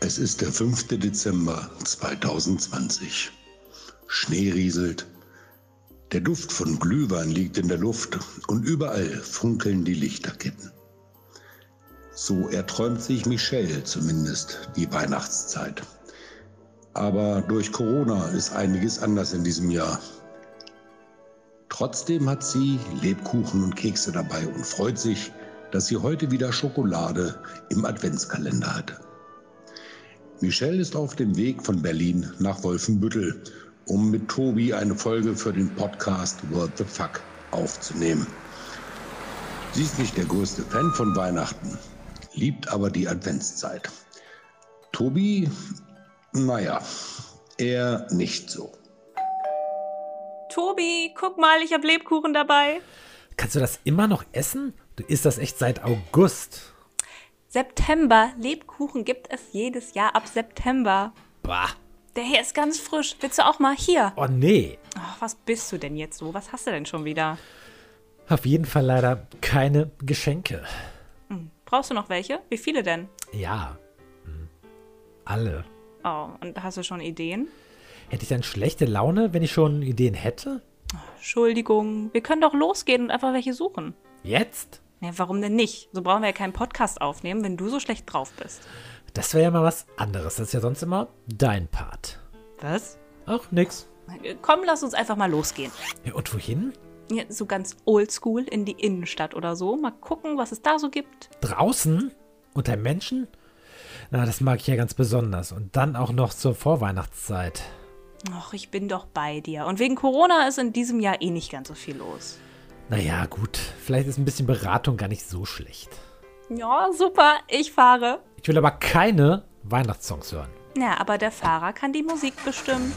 Es ist der 5. Dezember 2020. Schnee rieselt. Der Duft von Glühwein liegt in der Luft und überall funkeln die Lichterketten. So erträumt sich Michelle zumindest die Weihnachtszeit. Aber durch Corona ist einiges anders in diesem Jahr. Trotzdem hat sie Lebkuchen und Kekse dabei und freut sich, dass sie heute wieder Schokolade im Adventskalender hat. Michelle ist auf dem Weg von Berlin nach Wolfenbüttel, um mit Tobi eine Folge für den Podcast What the Fuck aufzunehmen. Sie ist nicht der größte Fan von Weihnachten, liebt aber die Adventszeit. Tobi, naja, eher nicht so. Tobi, guck mal, ich habe Lebkuchen dabei. Kannst du das immer noch essen? Du isst das echt seit August. September, Lebkuchen gibt es jedes Jahr ab September. Bah. Der hier ist ganz frisch. Willst du auch mal hier? Oh nee. Ach, was bist du denn jetzt so? Was hast du denn schon wieder? Auf jeden Fall leider keine Geschenke. Hm, Brauchst du noch welche? Wie viele denn? Ja. Hm. Alle. Oh, und hast du schon Ideen? Hätte ich dann schlechte Laune, wenn ich schon Ideen hätte? Entschuldigung, wir können doch losgehen und einfach welche suchen. Jetzt? Ja, warum denn nicht? So brauchen wir ja keinen Podcast aufnehmen, wenn du so schlecht drauf bist. Das wäre ja mal was anderes. Das ist ja sonst immer dein Part. Was? Ach, nix. Äh, Komm, lass uns einfach mal losgehen. Ja, Und wohin? Ja, so ganz oldschool in die Innenstadt oder so. Mal gucken, was es da so gibt. Draußen? Unter Menschen? Na, das mag ich ja ganz besonders. Und dann auch noch zur Vorweihnachtszeit. Och, ich bin doch bei dir. Und wegen Corona ist in diesem Jahr eh nicht ganz so viel los. Naja, gut. Vielleicht ist ein bisschen Beratung gar nicht so schlecht. Ja, super, ich fahre. Ich will aber keine Weihnachtssongs hören. Ja, aber der Fahrer kann die Musik bestimmen.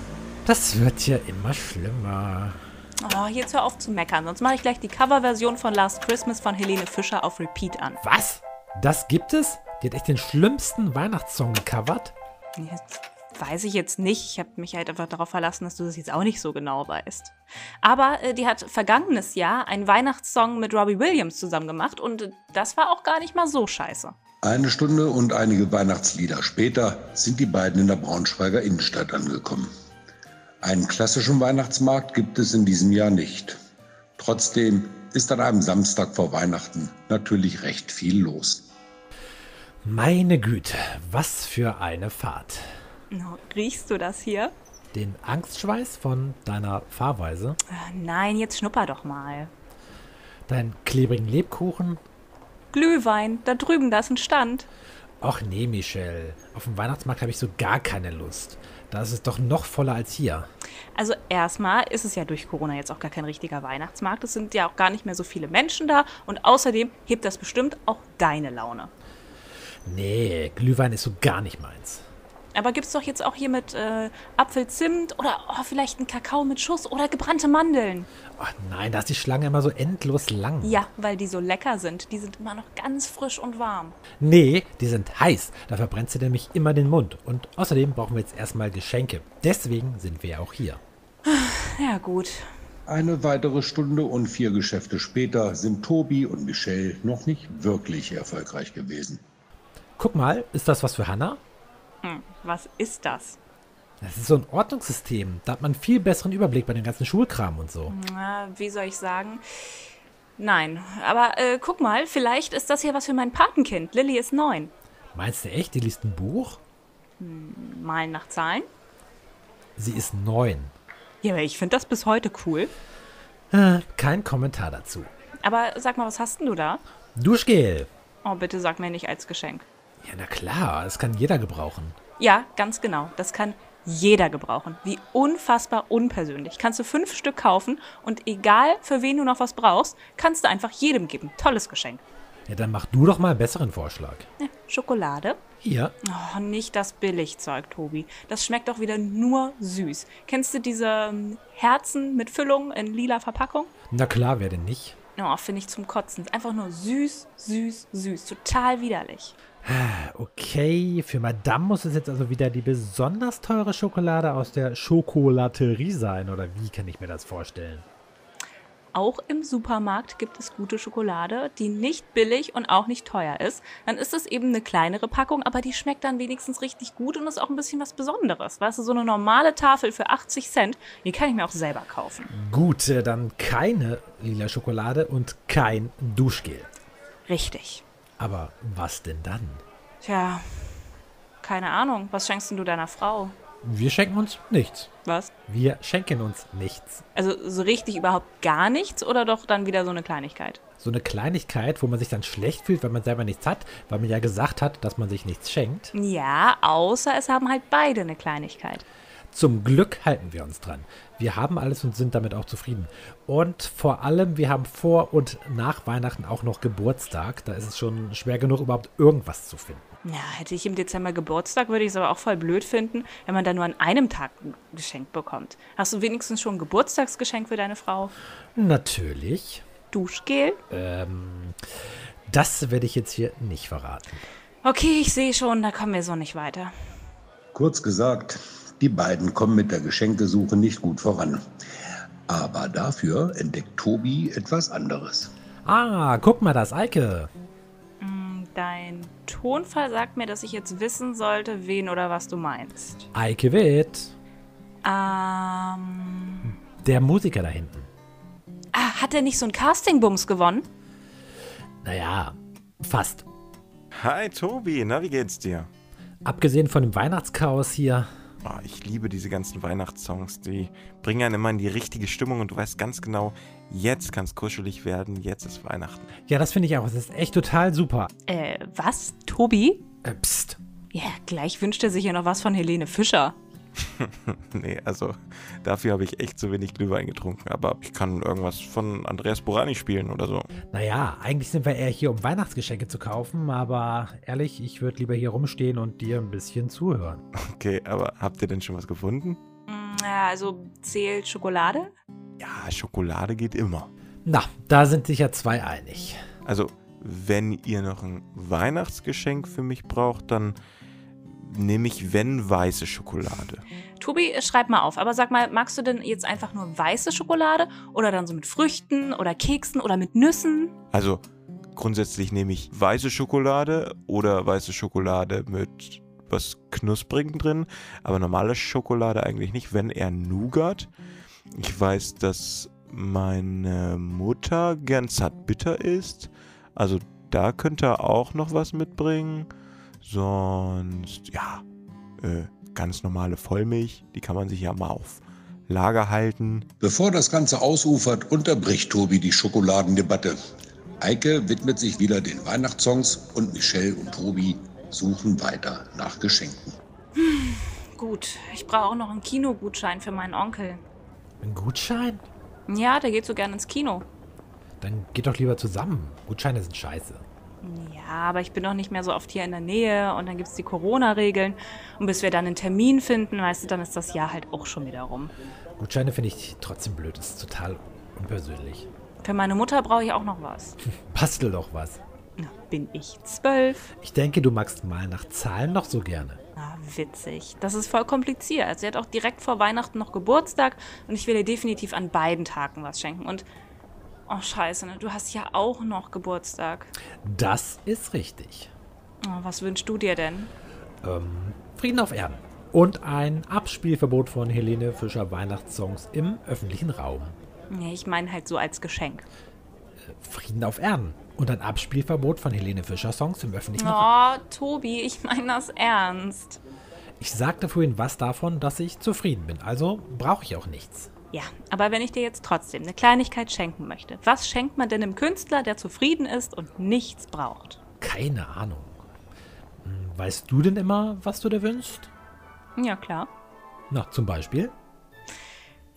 Das wird ja immer schlimmer. Oh, jetzt hör auf zu meckern, sonst mache ich gleich die Coverversion von Last Christmas von Helene Fischer auf Repeat an. Was? Das gibt es? Die hat echt den schlimmsten Weihnachtssong gecovert? Jetzt weiß ich jetzt nicht. Ich habe mich halt einfach darauf verlassen, dass du das jetzt auch nicht so genau weißt. Aber äh, die hat vergangenes Jahr einen Weihnachtssong mit Robbie Williams zusammen gemacht und äh, das war auch gar nicht mal so scheiße. Eine Stunde und einige Weihnachtslieder später sind die beiden in der Braunschweiger Innenstadt angekommen. Einen klassischen Weihnachtsmarkt gibt es in diesem Jahr nicht. Trotzdem ist an einem Samstag vor Weihnachten natürlich recht viel los. Meine Güte, was für eine Fahrt. No, riechst du das hier? Den Angstschweiß von deiner Fahrweise, Ah, nein, jetzt schnupper doch mal. deinen klebrigen Lebkuchen. Glühwein, da drüben, da ist ein Stand. Och nee, Michelle. Auf dem Weihnachtsmarkt habe ich so gar keine Lust. Da ist es doch noch voller als hier. Also erstmal ist es ja durch Corona jetzt auch gar kein richtiger Weihnachtsmarkt. Es sind ja auch gar nicht mehr so viele Menschen da und außerdem hebt das bestimmt auch deine Laune. Nee, Glühwein ist so gar nicht meins. Aber gibt's doch jetzt auch hier mit äh, Apfelzimt oder oh, vielleicht einen Kakao mit Schuss oder gebrannte Mandeln. Och nein, da ist die Schlange immer so endlos lang. Ja, weil die so lecker sind. Die sind immer noch ganz frisch und warm. Nee, die sind heiß. Da verbrennst du nämlich immer den Mund. Und außerdem brauchen wir jetzt erstmal Geschenke. Deswegen sind wir ja auch hier. Ja, gut. Eine weitere Stunde und vier Geschäfte später sind Tobi und Michelle noch nicht wirklich erfolgreich gewesen. Guck mal, ist das was für Hanna? Hm, was ist das? Das ist so ein Ordnungssystem. Da hat man einen viel besseren Überblick bei dem ganzen Schulkram und so. Na, wie soll ich sagen? Nein, aber äh, guck mal, vielleicht ist das hier was für mein Patenkind. Lilly ist neun. Meinst du echt, die liest ein Buch? Malen nach Zahlen? Sie ist neun. Ja, aber ich finde das bis heute cool. Äh, Kein Kommentar dazu. Aber sag mal, was hast denn du da? Duschgel. Oh, bitte sag mir nicht als Geschenk. Ja, na klar, das kann jeder gebrauchen. Ja, ganz genau. Das kann jeder gebrauchen. Wie unfassbar unpersönlich. Kannst du fünf Stück kaufen und egal für wen du noch was brauchst, kannst du einfach jedem geben. Tolles Geschenk. Ja, dann mach du doch mal einen besseren Vorschlag. Ja, Schokolade? Hier. Oh, nicht das Billigzeug, Tobi. Das schmeckt doch wieder nur süß. Kennst du diese ähm, Herzen mit Füllung in lila Verpackung? Na klar, wer denn nicht? Oh, finde ich zum Kotzen. Ist Einfach nur süß, süß, süß. Total widerlich. Okay, für Madame muss es jetzt also wieder die besonders teure Schokolade aus der Schokolaterie sein, oder wie kann ich mir das vorstellen? Auch im Supermarkt gibt es gute Schokolade, die nicht billig und auch nicht teuer ist. Dann ist es eben eine kleinere Packung, aber die schmeckt dann wenigstens richtig gut und ist auch ein bisschen was Besonderes. Weißt du, so eine normale Tafel für 80 Cent, die kann ich mir auch selber kaufen. Gut, äh, dann keine lila Schokolade und kein Duschgel. Richtig. Aber was denn dann? Tja, keine Ahnung. Was schenkst denn du deiner Frau? Wir schenken uns nichts. Was? Wir schenken uns nichts. Also so richtig überhaupt gar nichts oder doch dann wieder so eine Kleinigkeit? So eine Kleinigkeit, wo man sich dann schlecht fühlt, weil man selber nichts hat, weil man ja gesagt hat, dass man sich nichts schenkt. Ja, außer es haben halt beide eine Kleinigkeit. Zum Glück halten wir uns dran. Wir haben alles und sind damit auch zufrieden. Und vor allem, wir haben vor und nach Weihnachten auch noch Geburtstag. Da ist es schon schwer genug, überhaupt irgendwas zu finden. Ja, hätte ich im Dezember Geburtstag, würde ich es aber auch voll blöd finden, wenn man da nur an einem Tag ein Geschenk bekommt. Hast du wenigstens schon ein Geburtstagsgeschenk für deine Frau? Natürlich. Duschgel? Ähm, das werde ich jetzt hier nicht verraten. Okay, ich sehe schon, da kommen wir so nicht weiter. Kurz gesagt, die beiden kommen mit der Geschenkesuche nicht gut voran. Aber dafür entdeckt Tobi etwas anderes. Ah, guck mal das, Eike. Dein Tonfall sagt mir, dass ich jetzt wissen sollte, wen oder was du meinst. Eike Witt. Ähm. Der Musiker da hinten. Ah, hat er nicht so einen Casting-Bums gewonnen? Naja, fast. Hi Tobi, na, wie geht's dir? Abgesehen von dem Weihnachtschaos hier. Ah, ich liebe diese ganzen Weihnachtssongs, die bringen einen immer in die richtige Stimmung und du weißt ganz genau, jetzt kann es kuschelig werden, jetzt ist Weihnachten. Ja, das finde ich auch. Es ist echt total super. Äh, was? Tobi? Äh, pst. Ja, gleich wünscht er sich ja noch was von Helene Fischer. nee, also dafür habe ich echt zu wenig Glühwein getrunken, aber ich kann irgendwas von Andreas Borani spielen oder so. Naja, eigentlich sind wir eher hier, um Weihnachtsgeschenke zu kaufen, aber ehrlich, ich würde lieber hier rumstehen und dir ein bisschen zuhören. Okay, aber habt ihr denn schon was gefunden? Mm, Ja, also zählt Schokolade? Ja, Schokolade geht immer. Na, da sind sich ja zwei einig. Also, wenn ihr noch ein Weihnachtsgeschenk für mich braucht, dann nehme ich, wenn, weiße Schokolade. Tobi, äh, schreib mal auf. Aber sag mal, magst du denn jetzt einfach nur weiße Schokolade oder dann so mit Früchten oder Keksen oder mit Nüssen? Also, grundsätzlich nehme ich weiße Schokolade oder weiße Schokolade mit was Knusprigem drin, aber normale Schokolade eigentlich nicht, wenn eher Nougat. Ich weiß, dass meine Mutter gern zartbitter isst, also da könnte er auch noch was mitbringen. Sonst, ja, äh, ganz normale Vollmilch, die kann man sich ja mal auf Lager halten. Bevor das Ganze ausufert, unterbricht Tobi die Schokoladendebatte. Eike widmet sich wieder den Weihnachtssongs und Michelle und Tobi suchen weiter nach Geschenken. Gut, ich brauche auch noch einen Kinogutschein für meinen Onkel. Ein Gutschein? Ja, der geht so gern ins Kino. Dann geht doch lieber zusammen. Gutscheine sind scheiße. Ja, aber ich bin doch nicht mehr so oft hier in der Nähe und dann gibt's die Corona-Regeln. Und bis wir dann einen Termin finden, weißt du, dann ist das Jahr halt auch schon wieder rum. Gutscheine finde ich trotzdem blöd. Das ist total unpersönlich. Für meine Mutter brauche ich auch noch was. Bastel doch was. Na, bin ich zwölf? Ich denke, du magst mal nach Zahlen noch so gerne. Ah, witzig. Das ist voll kompliziert. Sie hat auch direkt vor Weihnachten noch Geburtstag und ich will ihr definitiv an beiden Tagen was schenken. Und, oh scheiße, ne? du hast ja auch noch Geburtstag. Das ist richtig. Oh, was wünschst du dir denn? Ähm, Frieden auf Erden. Und ein Abspielverbot von Helene Fischer Weihnachtssongs im öffentlichen Raum. Nee, ich meine halt so als Geschenk. Frieden auf Erden. Und ein Abspielverbot von Helene Fischer Songs im öffentlichen Raum. Oh, Tobi, ich meine das ernst. Ich sagte vorhin was davon, dass ich zufrieden bin. Also brauche ich auch nichts. Ja, aber wenn ich dir jetzt trotzdem eine Kleinigkeit schenken möchte, was schenkt man denn einem Künstler, der zufrieden ist und nichts braucht? Keine Ahnung. Hm, Weißt du denn immer, was du dir wünschst? Ja, klar. Na, zum Beispiel?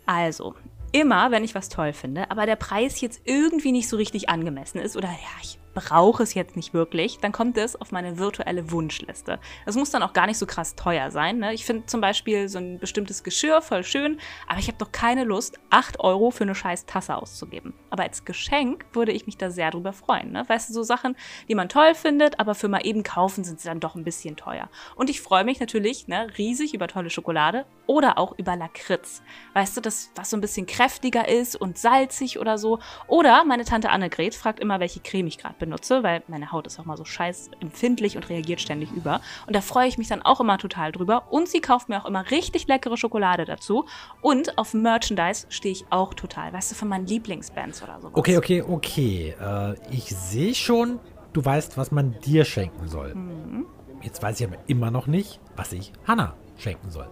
Also, immer, wenn ich was toll finde, aber der Preis jetzt irgendwie nicht so richtig angemessen ist oder ja, ich brauche es jetzt nicht wirklich, dann kommt es auf meine virtuelle Wunschliste. Es muss dann auch gar nicht so krass teuer sein. Ne? Ich finde zum Beispiel so ein bestimmtes Geschirr voll schön, aber ich habe doch keine Lust, 8 Euro für eine scheiß Tasse auszugeben. Aber als Geschenk würde ich mich da sehr drüber freuen. Ne? Weißt du, so Sachen, die man toll findet, aber für mal eben kaufen sind sie dann doch ein bisschen teuer. Und ich freue mich natürlich ne, riesig über tolle Schokolade oder auch über Lakritz. Weißt du, das, was so ein bisschen kräftiger ist und salzig oder so. Oder meine Tante Annegret fragt immer, welche Creme ich gerade benutze, weil meine Haut ist auch mal so scheiß empfindlich und reagiert ständig über. Und da freue ich mich dann auch immer total drüber. Und sie kauft mir auch immer richtig leckere Schokolade dazu. Und auf Merchandise stehe ich auch total. Weißt du, von meinen Lieblingsbands oder sowas. Okay, okay, okay. Äh, ich sehe schon, du weißt, was man dir schenken soll. Mhm. Jetzt weiß ich aber immer noch nicht, was ich Hannah schenken soll.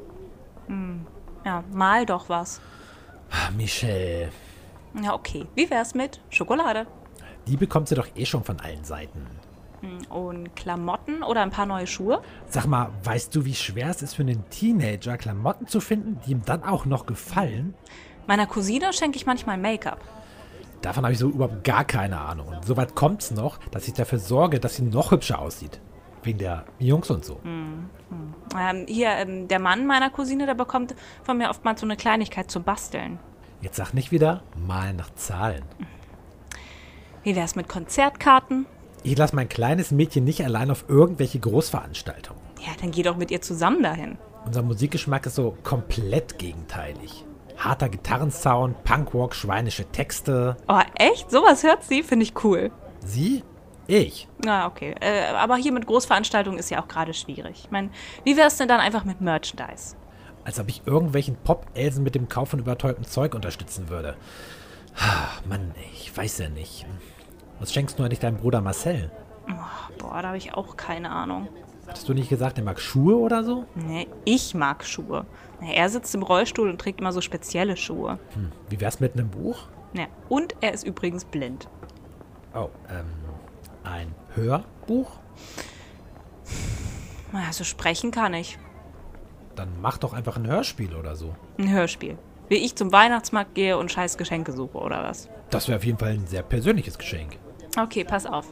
Mhm. Ja, mal doch was. Ah, Michelle, Ja, okay. Wie wär's mit Schokolade? die bekommt sie doch eh schon von allen Seiten. Mhm. Und Klamotten oder ein paar neue Schuhe? Sag mal, weißt du, wie schwer es ist für einen Teenager, Klamotten zu finden, die ihm dann auch noch gefallen? Meiner Cousine schenke ich manchmal Make-up. Davon habe ich so überhaupt gar keine Ahnung. Und soweit kommt's noch, dass ich dafür sorge, dass sie noch hübscher aussieht. Wegen der Jungs und so. Ähm, hier, ähm, der Mann meiner Cousine, der bekommt von mir oftmals so eine Kleinigkeit zum Basteln. Jetzt sag nicht wieder, mal nach Zahlen. Wie wär's mit Konzertkarten? Ich lasse mein kleines Mädchen nicht allein auf irgendwelche Großveranstaltungen. Ja, dann geh doch mit ihr zusammen dahin. Unser Musikgeschmack ist so komplett gegenteilig. Harter Gitarrensound, Punkrock, schweinische Texte. Oh, echt? Sowas hört sie? Finde ich cool. Sie? Ich. Na, okay. Äh, aber hier mit Großveranstaltungen ist ja auch gerade schwierig. Ich meine, wie wär's denn dann einfach mit Merchandise? Als ob ich irgendwelchen Pop-Elsen mit dem Kauf von überteuertem Zeug unterstützen würde. Ah, Mann, ich weiß ja nicht. Was schenkst du eigentlich deinem Bruder Marcel? Oh, boah, da habe ich auch keine Ahnung. Hattest du nicht gesagt, er mag Schuhe oder so? Nee, ich mag Schuhe. Na, er sitzt im Rollstuhl und trägt immer so spezielle Schuhe. Hm, wie wär's mit einem Buch? Ja, und er ist übrigens blind. Oh, ähm, ein Hörbuch? Na, Also sprechen kann ich. Dann mach doch einfach ein Hörspiel oder so. Ein Hörspiel. Wie ich zum Weihnachtsmarkt gehe und scheiß Geschenke suche oder was? Das wäre auf jeden Fall ein sehr persönliches Geschenk. Okay, pass auf.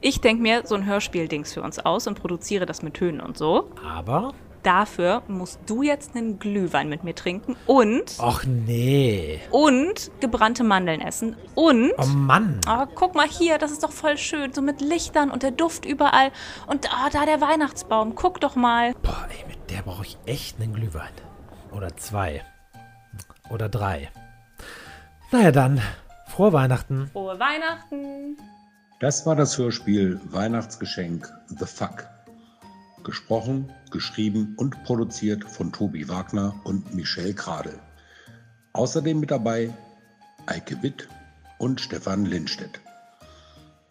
Ich denke mir so ein Hörspiel-Dings für uns aus und produziere das mit Tönen und so. Aber. Dafür musst du jetzt einen Glühwein mit mir trinken und Och nee. und gebrannte Mandeln essen und Oh Mann. Oh, guck mal hier, das ist doch voll schön, so mit Lichtern und der Duft überall und ah, da der Weihnachtsbaum. Guck doch mal. Boah, ey, mit der brauche ich echt einen Glühwein. Oder zwei. Oder drei. Naja dann, frohe Weihnachten. Frohe Weihnachten. Das war das Hörspiel Weihnachtsgeschenk The Fuck. Gesprochen, geschrieben und produziert von Tobi Wagner und Michelle Kradel. Außerdem mit dabei Eike Witt und Stefan Lindstedt.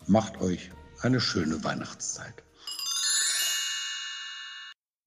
Macht euch eine schöne Weihnachtszeit.